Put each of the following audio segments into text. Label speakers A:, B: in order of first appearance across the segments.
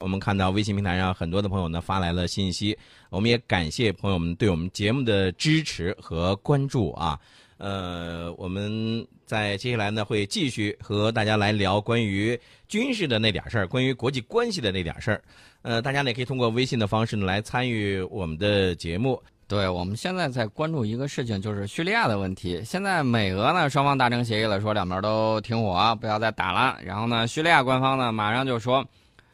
A: 我们看到微信平台上很多的朋友呢发来了信息，我们也感谢朋友们对我们节目的支持和关注啊。呃，我们在接下来呢会继续和大家来聊关于军事的那点事儿，关于国际关系的那点事儿。呃，大家呢也可以通过微信的方式呢来参与我们的节目。
B: 对，我们现在在关注一个事情，就是叙利亚的问题。现在美俄呢双方达成协议了，说两边都停火，不要再打了。然后呢，叙利亚官方呢马上就说，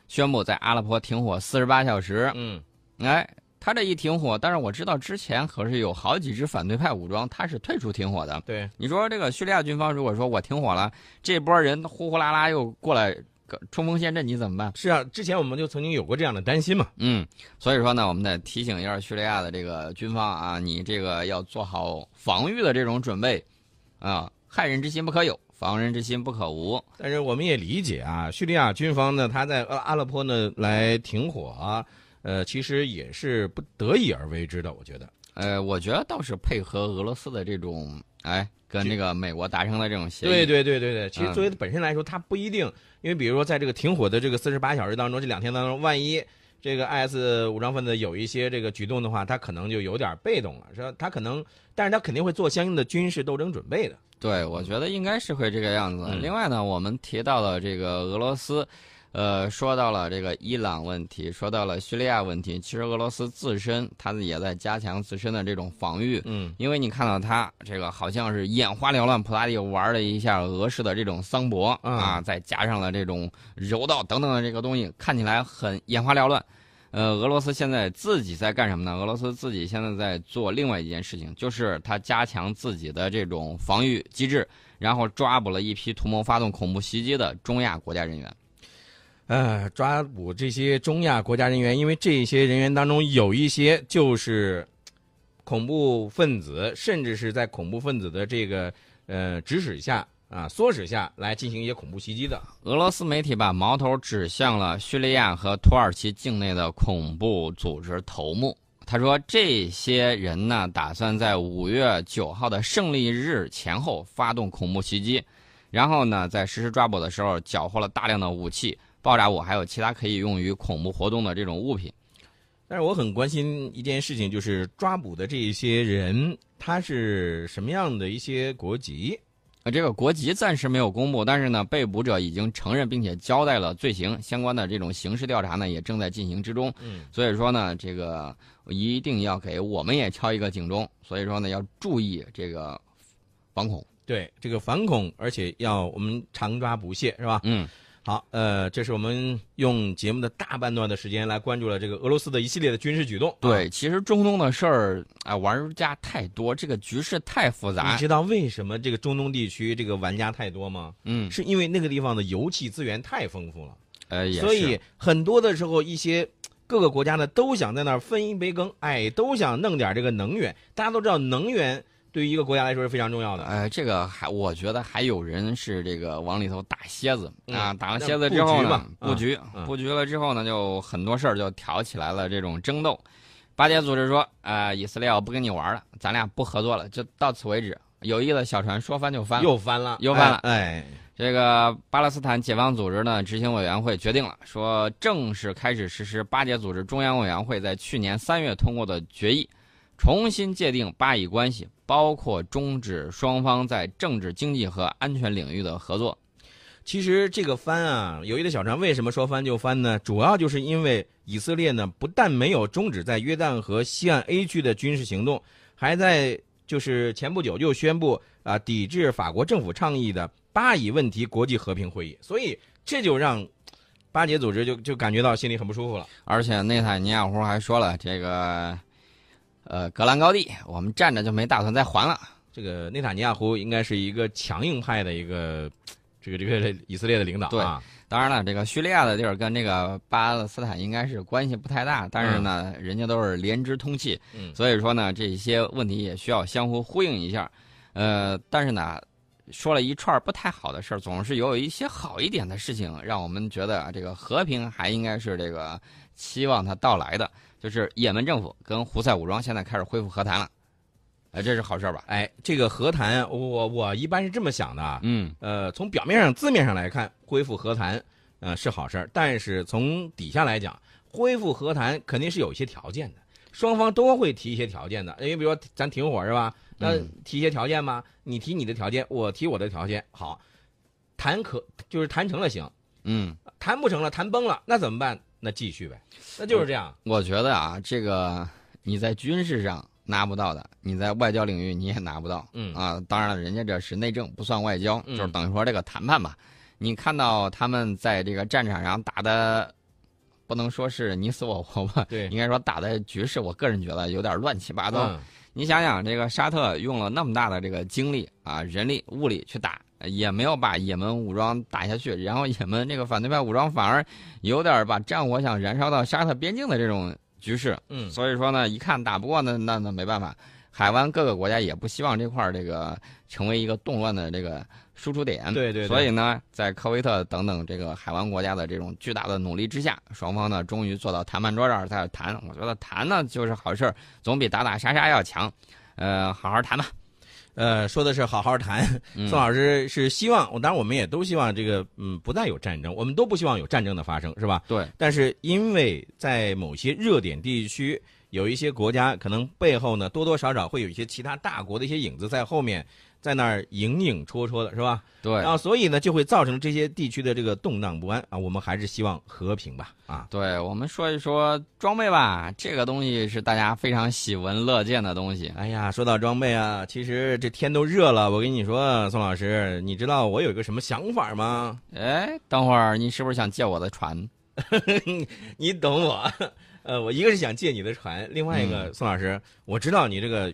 B: 宣布在阿勒颇停火四十八小时。
A: 嗯，
B: 哎，他这一停火，但是我知道之前可是有好几支反对派武装，他是退出停火的。
A: 对，
B: 你说这个叙利亚军方如果说我停火了，这波人呼呼啦啦又过来个冲锋陷阵，你怎么办？
A: 是啊，之前我们就曾经有过这样的担心嘛。
B: 嗯，所以说呢，我们得提醒一下叙利亚的这个军方啊，你这个要做好防御的这种准备，啊，害人之心不可有，防人之心不可无。
A: 但是我们也理解啊，叙利亚军方呢，他在阿阿勒颇呢来停火、啊，呃，其实也是不得已而为之的，我觉得。
B: 呃，我觉得倒是配合俄罗斯的这种，哎，跟这个美国达成的这种协议，
A: 对对对对对，其实
B: 嗯
A: 作为本身来说，它不一定，因为比如说在这个停火的这个四十八小时当中，这两天当中，万一这个 IS 武装分子有一些这个举动的话，他可能就有点被动了，是吧？他可能，但是他肯定会做相应的军事斗争准备的。
B: 对，我觉得应该是会这个样子。
A: 嗯
B: 另外呢，我们提到了这个俄罗斯，呃，说到了这个伊朗问题，说到了叙利亚问题。其实俄罗斯自身，它也在加强自身的这种防御。
A: 嗯，
B: 因为你看到他这个好像是眼花缭乱，普拉蒂玩了一下俄式的这种桑博、
A: 嗯
B: 啊，再加上了这种柔道等等的这个东西，看起来很眼花缭乱。呃，俄罗斯现在自己在干什么呢？俄罗斯自己现在在做另外一件事情，就是他加强自己的这种防御机制，然后抓捕了一批图谋发动恐怖袭击的中亚国家人员。
A: 呃，抓捕这些中亚国家人员，因为这些人员当中有一些就是恐怖分子，甚至是在恐怖分子的这个呃指使下啊唆使下来进行一些恐怖袭击的。
B: 俄罗斯媒体把矛头指向了叙利亚和土耳其境内的恐怖组织头目。他说，这些人呢，打算在五月九号的胜利日前后发动恐怖袭击，然后呢，在实施抓捕的时候缴获了大量的武器、爆炸物，还有其他可以用于恐怖活动的这种物品。
A: 但是我很关心一件事情，就是抓捕的这一些人，他是什么样的一些国籍？
B: 呃，这个国籍暂时没有公布，但是呢，被捕者已经承认并且交代了罪行，相关的这种刑事调查呢也正在进行之中。
A: 嗯，
B: 所以说呢，这个一定要给我们也敲一个警钟。所以说呢，要注意这个反恐。嗯
A: 对，这个反恐，而且要我们常抓不懈，是吧？
B: 嗯，
A: 好，呃，这是我们用节目的大半段的时间来关注了这个俄罗斯的一系列的军事举动。
B: 对，其实中东的事儿啊，玩家太多，这个局势太复
A: 啊，你
B: 杂。
A: 知道为什么这个中东地区这个玩家太多吗？
B: 嗯，
A: 是因为那个地方的油气资源太丰富了，
B: 呃，也是。
A: 所以很多的时候一些。各个国家呢都想在那儿分一杯羹，哎，都想弄点这个能源。大家都知道，能源对于一个国家来说是非常重要的。
B: 呃，这个还我觉得还有人是这个往里头打蝎子
A: 嗯
B: 啊，打了
A: 那
B: 蝎子
A: 布
B: 之后
A: 局嘛
B: 呢，
A: 啊
B: 布局
A: 嗯
B: 布局了之后呢，就很多事儿就挑起来了这种争斗。巴解组织说，啊，以色列我不跟你玩了，咱俩不合作了，就到此为止。友谊的小船说翻就翻，
A: 又翻了，
B: 又翻了
A: 哎，哎
B: 这个巴勒斯坦解放组织呢，执行委员会决定了，说正式开始实施巴解组织中央委员会在去年三月通过的决议，重新界定巴以关系，包括终止双方在政治、经济和安全领域的合作。
A: 其实这个翻啊，友谊的小船为什么说翻就翻呢？主要就是因为以色列呢，不但没有终止在约旦河西岸 A 区的军事行动，还在就是前不久就宣布啊，抵制法国政府倡议的巴以问题国际和平会议，所以这就让巴解组织就就感觉到心里很不舒服了。
B: 而且内塔尼亚胡还说了，这个，呃，格兰高地我们站着就没打算再还了。
A: 这个内塔尼亚胡应该是一个强硬派的一个这个这个以色列的领导啊，
B: 当然了，这个叙利亚的地儿跟这个巴勒斯坦应该是关系不太大，但是呢，人家都是连枝通气，
A: 嗯
B: 所以说呢，这些问题也需要相互呼应一下。呃，但是呢，说了一串不太好的事儿，总是有一些好一点的事情，让我们觉得啊，这个和平还应该是这个期望它到来的。就是也门政府跟胡塞武装现在开始恢复和谈了，呃，这是好事儿吧？
A: 哎，这个和谈，我我一般是这么想的啊，
B: 嗯，
A: 呃，从表面上、字面上来看，恢复和谈，呃，是好事儿。但是从底下来讲，恢复和谈肯定是有一些条件的，双方都会提一些条件的。哎因为比如说咱停火是吧？那
B: 嗯
A: 提一些条件吧，你提你的条件，我提我的条件，好，谈可就是谈成了行，
B: 嗯，
A: 谈不成了，谈崩了，那怎么办？那继续呗，那就是这样。
B: 我觉得啊，这个你在军事上拿不到的，你在外交领域你也拿不到。
A: 嗯
B: 啊，当然了，人家这是内政，不算外交，
A: 嗯
B: 就是等于说这个谈判吧。你看到他们在这个战场上打的，不能说是你死我活吧，
A: 对，
B: 应该说打的局势，我个人觉得有点乱七八糟。
A: 嗯
B: 你想想，这个沙特用了那么大的这个精力啊、人力、物力去打，也没有把也门武装打下去，然后也门这个反对派武装反而有点把战火想燃烧到沙特边境的这种局势。
A: 嗯
B: 所以说呢，一看打不过呢，那那没办法，海湾各个国家也不希望这块儿这个成为一个动乱的这个输出点。
A: 对对对
B: 嗯所以呢，在科威特等等这个海湾国家的这种巨大的努力之下，双方呢终于坐到谈判桌这儿在这儿谈。我觉得谈呢就是好事儿，总比打打杀杀要强。呃，好好谈吧。
A: 呃，说的是好好谈。
B: 嗯
A: 宋老师是希望，我当然我们也都希望这个嗯不再有战争，我们都不希望有战争的发生，是吧？
B: 对，
A: 但是因为在某些热点地区，有一些国家可能背后呢多多少少会有一些其他大国的一些影子在后面，在那儿影影绰绰的，是吧？
B: 对
A: 然，后所以呢就会造成这些地区的这个动荡不安啊。我们还是希望和平吧，啊，
B: 对，我们说一说装备吧，这个东西是大家非常喜闻乐见的东西。
A: 哎呀，说到装备啊，其实这天都热了，我跟你说，宋老师，你知道我有一个什么想法吗？
B: 哎，等会儿你是不是想借我的船？
A: 你懂我，呃，我一个是想借你的船，另外一个、宋老师，我知道你这个，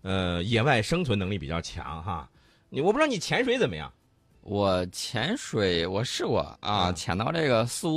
A: 呃，野外生存能力比较强哈，你我不知道你潜水怎么样，
B: 我潜水，我试过啊，
A: 嗯
B: 啊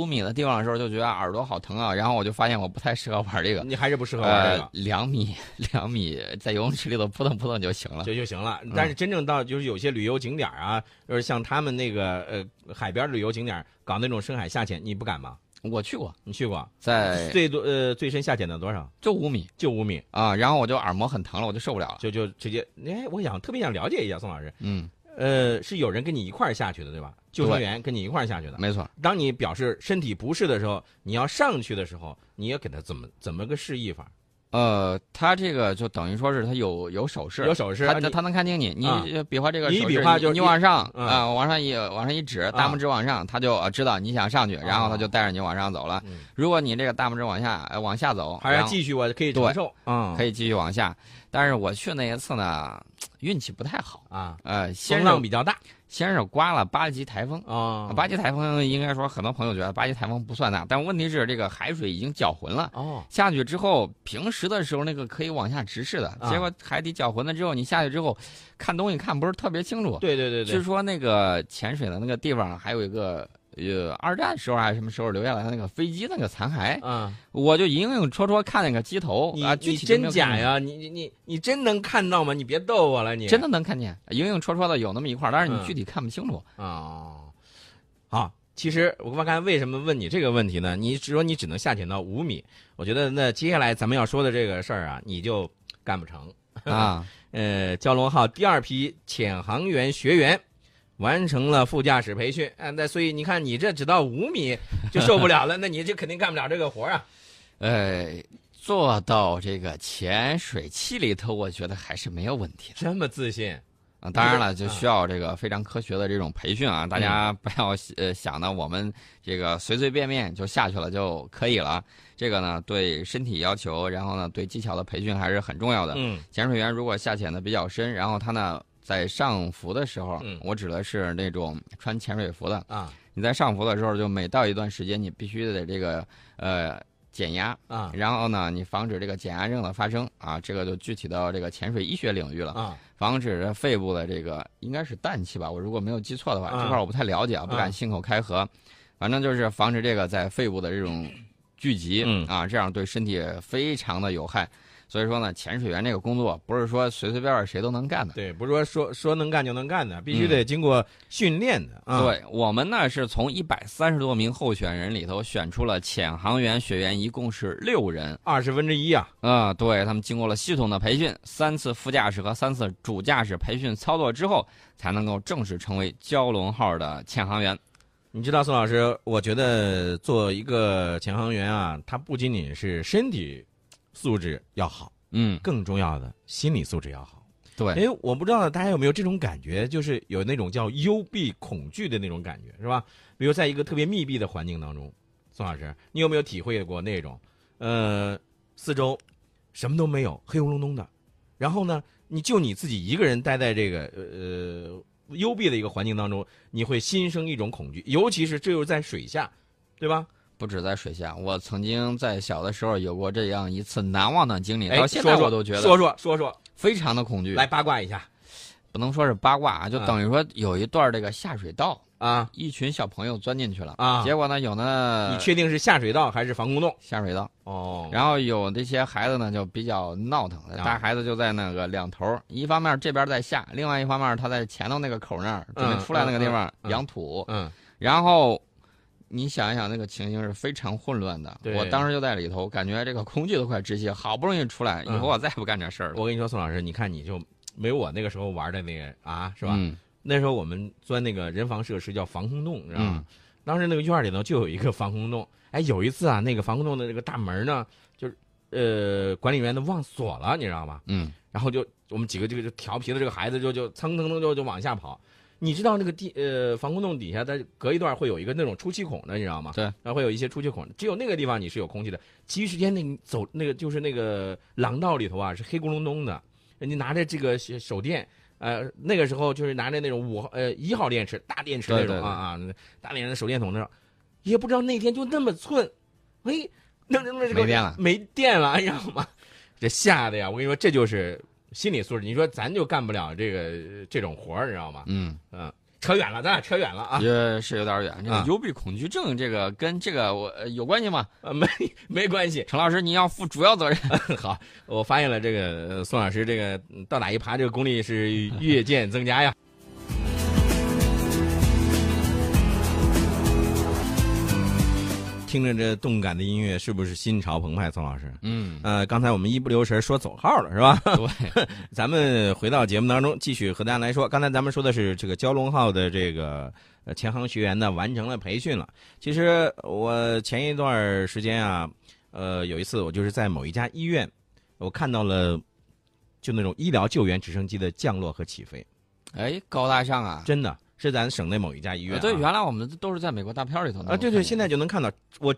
A: 你还是不适合玩这
B: 呃
A: 个，。
B: 两米两米在游泳池里头扑腾扑腾就行了。
A: 就就行了，但是真正到就是有些旅游景点啊，就是像他们那个呃海边旅游景点搞那种深海下潜，你不敢吗？
B: 我去过，
A: 你去过？
B: 在
A: 最多呃最深下潜到多少？
B: 就五米
A: 就五米，
B: 啊，然后我就耳膜很疼了，我就受不了了。
A: 就就直接哎，我想特别想了解一下宋老师，
B: 嗯，
A: 呃，是有人跟你一块儿下去的对吧？救生员跟你一块儿下去的，
B: 没错，
A: 当你表示身体不适的时候，你要上去的时候，你要给他怎么怎么个示意法？
B: 呃，他这个就等于说是他有有手势，
A: 有手势
B: 他
A: 啊
B: 他
A: 你
B: 他能看清你，你
A: 啊
B: 呃比划这个手
A: 你一
B: 势，
A: 比划就是
B: 你
A: 一
B: 往上
A: 嗯啊
B: 啊，往上一往上一指，大拇指往上，他就呃知道你想上去，然后他就带着你往上走了
A: 嗯。
B: 如果你这个大拇指往下呃往下走，
A: 还是
B: 然
A: 要
B: 后
A: 继续我可以
B: 对
A: 承受啊，
B: 可
A: 以
B: 以继续往下。但是我去那一次呢，运气不太好，
A: 啊，
B: 呃，
A: 风
B: 先
A: 浪
B: 是
A: 比较大
B: 先是刮了八级台风。
A: 啊，
B: 八级台风应该说，很多朋友觉得八级台风不算大，但问题是这个海水已经搅浑了，
A: 哦，
B: 下去之后，平时的时候那个可以往下直视的，
A: 啊
B: 结果海底搅浑了之后，你下去之后，看东西看不是特别清楚。
A: 对对对
B: 据
A: 对，
B: 说那个潜水的那个地方还有一个。呃，二战时候还是什么时候留下来的那个飞机那个残骸，
A: 啊，
B: 我就隐隐绰绰看那个机头
A: 你
B: 啊，具
A: 你
B: 体就没
A: 真
B: 有
A: 假
B: 看见？
A: 呀？你你你你真能看到吗？你别逗我了，你
B: 真的能看见，隐隐绰绰的有那么一块儿，但是你
A: 嗯
B: 具体看不清 楚。
A: 哦，好。其实我刚才为什么问你这个问题呢？你只说你只能下潜到五米，我觉得那接下来咱们要说的这个事儿啊，你就干不成。
B: 啊，
A: 呃，蛟龙号第二批潜航员学员完成了副驾驶培训，啊，那所以你看你这只到五米就受不了 了，那你这肯定干不了这个活儿啊。
B: 呃，坐到这个潜水器里头，我觉得还是没有问题的。
A: 这么自信，
B: 啊，当然了，
A: 这
B: 就
A: 个
B: 需要这个非常科学的这种培训
A: 嗯
B: 啊！大家不要呃想到我们这个随随便便就下去了就可以了。这个呢，对身体要求，然后呢，对技巧的培训还是很重要的。
A: 嗯
B: 潜水员如果下潜的比较深，然后他呢在上浮的时候
A: 嗯，
B: 我指的是那种穿潜水服的，
A: 啊
B: 你在上浮的时候，就每到一段时间，你必须得这个呃减压，
A: 啊
B: 然后呢，你防止这个减压症的发生啊。这个就具体到这个潜水医学领域了。
A: 啊
B: 防止肺部的这个应该是氮气吧，我如果没有记错的话，
A: 啊
B: 这块儿我不太了解啊，
A: 啊
B: 不敢信口开河。反正就是防止这个在肺部的这种聚集、
A: 嗯
B: 啊，这样对身体非常的有害。所以说呢，潜水员这个工作不是说随随便便谁都能干的。
A: 对，不是说说说能干就能干的，必须得经过训练的啊。，
B: 嗯对我们呢是从一百三十多名候选人里头选出了潜航员学员，一共是六人。
A: 二十分之一啊，
B: 啊、对他们经过了系统的培训，三次副驾驶和三次主驾驶培训操作之后，才能够正式成为蛟龙号的潜航员。
A: 你知道，宋老师，我觉得做一个前航员啊，他不仅仅是身体素质要好，
B: 嗯，
A: 更重要的心理素质要好。
B: 对，
A: 哎，我不知道大家有没有这种感觉，就是有那种叫幽闭恐惧的那种感觉，是吧？比如在一个特别密闭的环境当中，宋老师，你有没有体会过那种，呃，四周什么都没有，黑咕隆咚的，然后呢，你就你自己一个人待在这个呃呃幽闭的一个环境当中，你会心生一种恐惧，尤其是这又是在水下，对吧？
B: 不止在水下，我曾经在小的时候有过这样一次难忘的经历，
A: 哎，
B: 到现在
A: 说说
B: 我都觉得
A: 说说说说，
B: 非常的恐惧。
A: 来，八卦一下
B: 不能说是八卦啊，就
A: 啊
B: 等于说有一段这个下水道，
A: 啊！
B: 一群小朋友钻进去了
A: 啊
B: 结果呢，有呢
A: 你确定是下水道还是防空洞？
B: 下水道。
A: 哦，
B: 呃然后有这些孩子呢就比较闹腾，
A: 啊
B: 大孩子就在那个两头儿，一方面这边在下，另外一方面他在前头那个口那儿准备出来那个地方
A: 嗯嗯
B: 扬土，
A: 嗯，
B: 然后。你想一想，那个情形是非常混乱的。
A: 对
B: 我当时就在里头，感觉这个空气都快窒息，好不容易出来，以
A: 嗯
B: 后我再也不干这事儿了，
A: 我跟你说，宋老师，你看你就没我那个时候玩的那个啊，是吧？
B: 嗯
A: 那时候我们钻那个人防设施叫防空洞，知道吗？
B: 嗯
A: 当时那个院里头就有一个防空洞，哎，有一次啊，那个防空洞的这个大门呢，就是呃管理员都忘锁了，你知道吗？
B: 嗯，
A: 然后就我们几个这个就调皮的这个孩子就就蹭蹭蹭就就往下跑。你知道那个地呃防空洞底下，它隔一段会有一个那种出气孔的，你知道吗？
B: 对，
A: 然后会有一些出气孔，只有那个地方你是有空气的，其余时间那你走那个就是那个廊道里头啊是黑咕隆咚的，你拿着这个手手电。呃，那个时候就是拿着那种五号呃一号电池大电池那种
B: 对对对
A: 啊啊，大电池的手电筒那种，也不知道那天就那么寸，哎，那那那这个
B: 没电了
A: 没电了，你知道吗？ 这吓的呀！我跟你说，这就是心理素质。你说咱就干不了这个这种活儿，你知道吗？
B: 嗯，
A: 嗯，扯远了，咱俩扯远了啊，
B: 也是有点远。这个
A: 啊
B: 幽闭恐惧症，这个跟这个我呃有关系吗？
A: 啊没 没关系。
B: 陈老师，你要负主要责任。
A: 好，我发现了这个呃宋老师这个嗯倒打一耙这个功力是越见增加呀。听着这动感的音乐，是不是心潮澎湃？宋老师，
B: 嗯，
A: 呃，刚才我们一不留神说走号了，是吧？
B: 对，
A: 咱们回到节目当中，继续和大家来说。刚才咱们说的是这个蛟龙号的这个呃前航学员呢完成了培训了。其实我前一段时间啊，呃，有一次我就是在某一家医院，我看到了就那种医疗救援直升机的降落和起飞，
B: 哎，高大上啊！
A: 真的是咱省内某一家医院、啊。
B: 呃对，原来我们都是在美国大片里头能够
A: 啊，对对，
B: 看见
A: 现在就能看到，我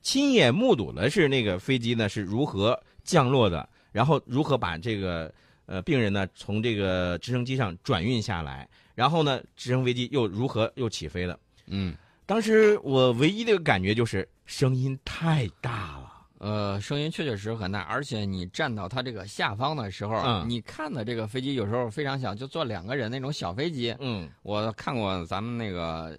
A: 亲眼目睹了是那个飞机呢是如何降落的，然后如何把这个呃病人呢从这个直升机上转运下来，然后呢直升飞机又如何又起飞的。
B: 嗯，
A: 当时我唯一的一个感觉就是声音太大了，
B: 呃，声音确确实实很大，而且你站到它这个下方的时候，
A: 嗯
B: 你看的这个飞机有时候非常小，就坐两个人那种小飞机。
A: 嗯，
B: 我看过咱们那个，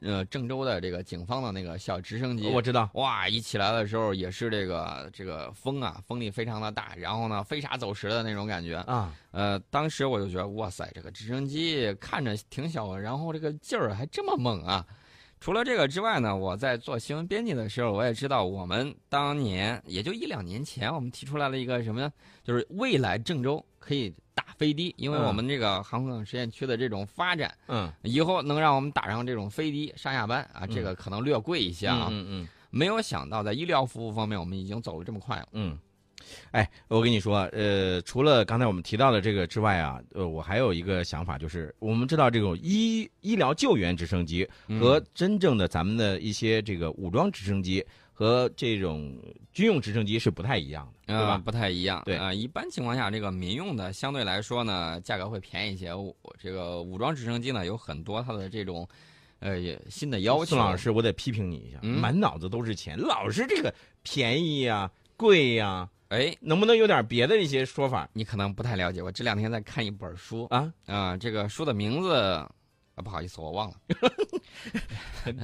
B: 呃，郑州的这个警方的那个小直升机，
A: 我知道，
B: 哇，一起来的时候也是这个这个风啊，风力非常的大，然后呢飞沙走石的那种感觉。
A: 啊，
B: 呃，当时我就觉得，哇塞，这个直升机看着挺小，啊然后这个劲儿还这么猛啊！除了这个之外呢，我在做新闻编辑的时候，我也知道，我们当年也就一两年前，我们提出来了一个什么呢？就是未来郑州可以打飞的，因为
A: 嗯
B: 我们这个航空实验区的这种发展，
A: 嗯，
B: 以后能让我们打上这种飞的上下班啊，这个可能略贵一些啊。
A: 嗯嗯
B: 没有想到，在医疗服务方面，我们已经走了这么快了。
A: 嗯，哎，我跟你说，呃，除了刚才我们提到的这个之外啊，呃，我还有一个想法，就是我们知道这种医医疗救援直升机
B: 嗯
A: 和真正的咱们的一些这个武装直升机和这种军用直升机是不太一样的，对
B: 呃
A: 吧？
B: 不太一样。
A: 对
B: 啊、一般情况下，这个民用的相对来说呢，价格会便宜一些。我这个武装直升机呢，有很多它的这种，呃，也新的要求。
A: 宋老，师，我得批评你一下，
B: 嗯
A: 满脑子都是钱，老是这个便宜呀、贵呀、
B: 哎，
A: 能不能有点别的一些说法
B: 你可能不太了解，我这两天在看一本书
A: 啊？
B: 啊、这个书的名字啊，不好意思，我忘了。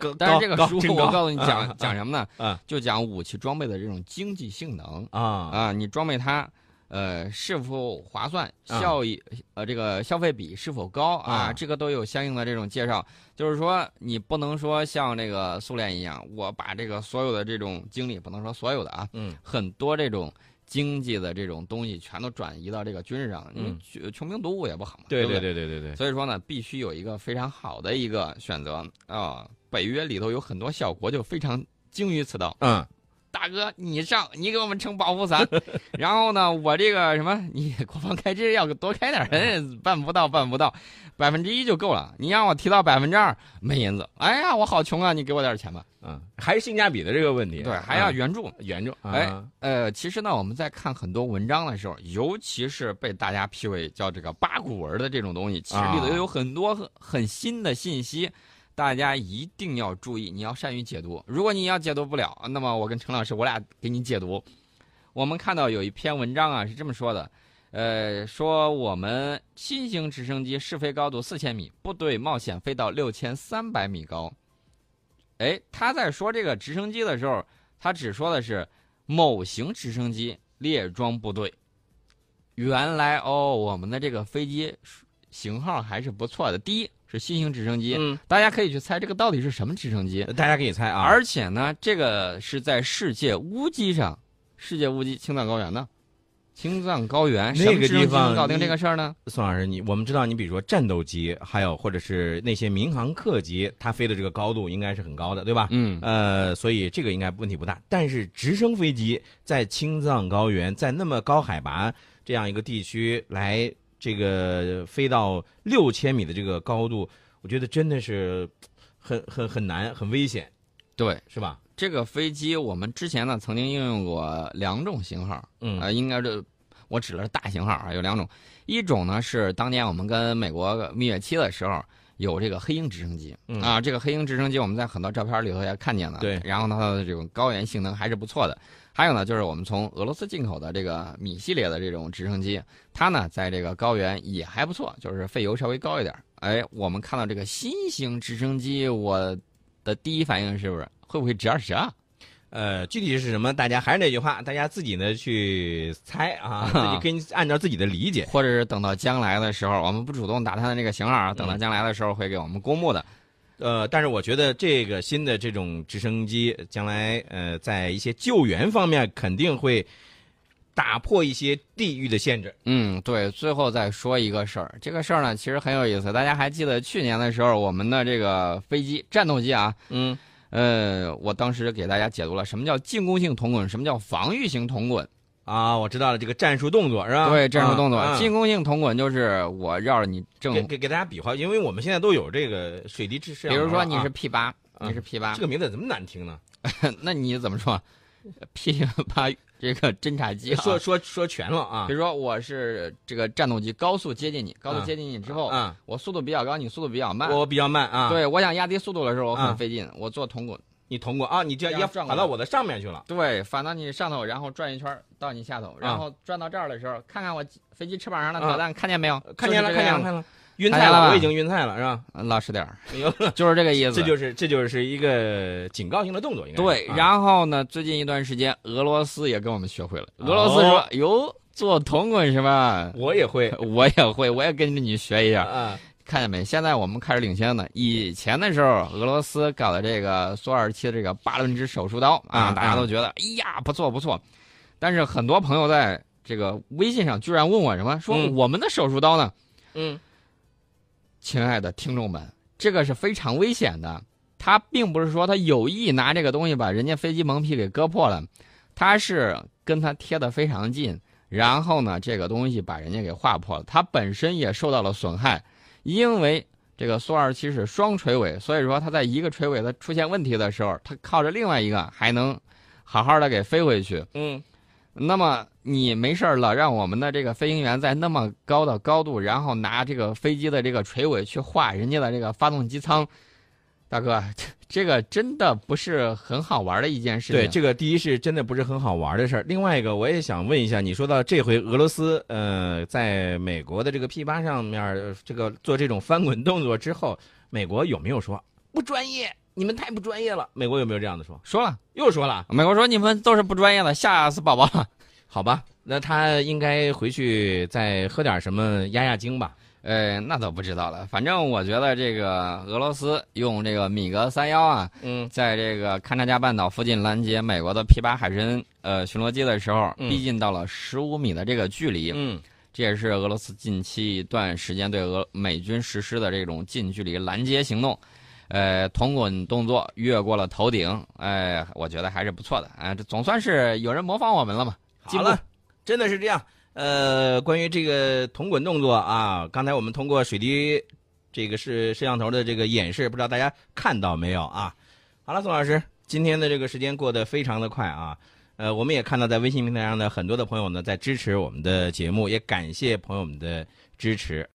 A: 高
B: 但是
A: 高
B: 这个
A: 高
B: 书
A: 真
B: 我
A: 高
B: 告诉你
A: 啊
B: 讲、
A: 啊
B: 讲什么呢？
A: 啊
B: 就讲武器装备的这种经济性能
A: 啊
B: 啊、你装备它。呃，是否划算？
A: 啊
B: 效益、呃，这个消费比是否高啊？
A: 啊
B: 这个都有相应的这种介绍。就是说，你不能说像这个苏联一样，我把这个所有的这种精力，不能说所有的啊，
A: 嗯，
B: 很多这种经济的这种东西全都转移到这个军事上，
A: 嗯
B: 因为穷兵黩武也不好嘛，
A: 对
B: 不
A: 对对对对对，
B: 所以说呢，必须有一个非常好的一个选择啊、北约里头有很多小国就非常精于此道。
A: 嗯，
B: 大哥，你上，你给我们撑保护伞。 然后呢，我这个什么，你国防开支要多开点人，办不到，办不到，百分之一就够了。你让我提到百分之二，没银子。哎呀，我好穷啊，你给我点钱吧。
A: 嗯，还是性价比的这个问题，
B: 对，还要
A: 嗯
B: 援助。
A: 援助。
B: 哎
A: 啊
B: 呃，其实呢，我们在看很多文章的时候，尤其是被大家批为叫这个八股文的这种东西，其实里头
A: 啊
B: 有很多很很新的信息，大家一定要注意，你要善于解读。如果你要解读不了，那么我跟陈老师，我俩给你解读。我们看到有一篇文章啊，是这么说的，呃，说我们新型直升机试飞高度四千米，部队冒险飞到六千三百米高。哎，他在说这个直升机的时候，他只说的是某型直升机列装部队。原来哦，我们的这个飞机型号还是不错的。第一是新型直升机，
A: 嗯，
B: 大家可以去猜这个到底是什么直升机。
A: 大家可以猜啊。
B: 而且呢，这个是在世界乌机上，世界乌机青藏高原呢，青藏高原
A: 那个
B: 什么直升
A: 地
B: 机
A: 方
B: 能搞定
A: 你
B: 这个事儿呢？
A: 宋老师，你我们知道，你比如说战斗机，还有或者是那些民航客机，它飞的这个高度应该是很高的，对吧？
B: 嗯，
A: 呃，所以这个应该问题不大。但是直升飞机在青藏高原，在那么高海拔这样一个地区来这个飞到六千米的这个高度，我觉得真的是很很很难，很危险，
B: 对，
A: 是吧？
B: 这个飞机我们之前呢曾经应用过两种型号，
A: 嗯
B: 呃，应该是我指的是大型号啊，有两种，一种呢是当年我们跟美国蜜月期的时候有这个黑鹰直升机、
A: 嗯
B: 啊，这个黑鹰直升机我们在很多照片里头也看见了，
A: 对
B: 然后呢它的这种高原性能还是不错的。还有呢，就是我们从俄罗斯进口的这个米系列的这种直升机，它呢在这个高原也还不错，就是费油稍微高一点儿。哎，我们看到这个新型直升机，我的第一反应是不是会不会直二十啊？
A: 呃，具体是什么？大家还是那句话，大家自己呢去猜啊，自己跟按照自己的理解。
B: 或者是等到将来的时候，我们不主动打探的这个型号啊，等
A: 嗯
B: 到将来的时候会给我们公布的。
A: 呃，但是我觉得这个新的这种直升机，将来呃，在一些救援方面肯定会打破一些地域的限制。
B: 嗯，对。最后再说一个事儿，这个事儿呢其实很有意思。大家还记得去年的时候，我们的这个飞机战斗机啊，
A: 嗯，
B: 呃，我当时给大家解读了什么叫进攻性同滚，什么叫防御型同滚。
A: 啊，我知道了，这个战术动作是吧？
B: 对，战术动作，
A: 啊啊
B: 进攻性同滚就是我绕着你正，
A: 给给给大家比划，因为我们现在都有这个水滴制式。
B: 比如说你
A: 啊
B: 是 P 八、你是 P 八、
A: 这个名字怎么难听呢？
B: 那你怎么说？P 八这个侦察机、啊，
A: 说说说全了啊
B: 比！如说我是这个战斗机高速接近你，高速
A: 嗯
B: 接近你之后，
A: 啊，
B: 我速度比较高，你速度比较慢。
A: 我比较慢啊，，
B: 对，我想压低速度的时候，我
A: 啊
B: 很费劲，我做同滚，
A: 你通过啊，你这
B: 这
A: 要
B: 样转过
A: 跑
B: 来
A: 到我的上面去了。
B: 对，反到你上头，然后转一圈儿到你下头，然后转到这儿的时候，看看我飞机翅膀上的导弹，啊呃看见没有？
A: 看见了，
B: 就是
A: 看见了，
B: 这样
A: 看见了，晕
B: 看
A: 菜
B: 见了
A: 了，
B: 吧
A: 我已经晕菜了，是吧？
B: 嗯老实点儿，
A: 哎呦，
B: 就是这个意思。
A: 这就是这就是一个警告性的动作，应该是
B: 对。
A: 啊
B: 然后呢，最近一段时间，俄罗斯也跟我们学会了。
A: 哦
B: 俄罗斯说：“哟，做同滚是吧？
A: 我也会
B: 我也会，我也跟着你学一下。”
A: 啊，
B: 看见没？现在我们开始领先了。以前的时候，俄罗斯搞的这个苏二七的这个八轮指手术刀
A: 啊
B: 啊，大家都觉得哎呀不错不错。但是很多朋友在这个微信上居然问我什么，说
A: 嗯
B: 我们的手术刀呢？
A: 嗯，
B: 亲爱的听众们，这个是非常危险的。他并不是说他有意拿这个东西把人家飞机蒙皮给割破了，他是跟他贴的非常近，然后呢，这个东西把人家给划破了，他本身也受到了损害，因为这个苏二七是双垂尾，所以说它在一个垂尾它出现问题的时候，它靠着另外一个还能好好的给飞回去。
A: 嗯，
B: 那么你没事儿了，让我们的这个飞行员在那么高的高度，然后拿这个飞机的这个垂尾去画人家的这个发动机舱，大哥， 这这个真的不是很好玩的一件事情。
A: 对，这个第一是真的不是很好玩的事儿，另外一个我也想问一下，你说到这回俄罗斯呃，在美国的这个 P 八上面呃这个做这种翻滚动作之后，美国有没有说不专业？你们太不专业了，美国有没有这样的说？
B: 说了，
A: 又说了，
B: 美国说你们都是不专业的，吓死宝宝了。
A: 好吧，那他应该回去再喝点什么压压惊吧？
B: 呃，那倒不知道了，反正我觉得这个俄罗斯用这个米格三幺啊，
A: 嗯，
B: 在这个勘察加半岛附近拦截美国的 P 八海参呃巡逻机的时候，
A: 嗯
B: 逼近到了十五米的这个距离。
A: 嗯，
B: 这也是俄罗斯近期一段时间对俄美军实施的这种近距离拦截行动。呃，铜滚动作越过了头顶，哎、我觉得还是不错的啊、这总算是有人模仿我们了嘛。进
A: 好
B: 步
A: 了，真的是这样。呃，关于这个铜滚动作啊，刚才我们通过水滴这个是摄像头的这个演示，不知道大家看到没有啊？好了，宋老师，今天的这个时间过得非常的快啊。呃，我们也看到在微信平台上的很多的朋友呢在支持我们的节目，也感谢朋友们的支持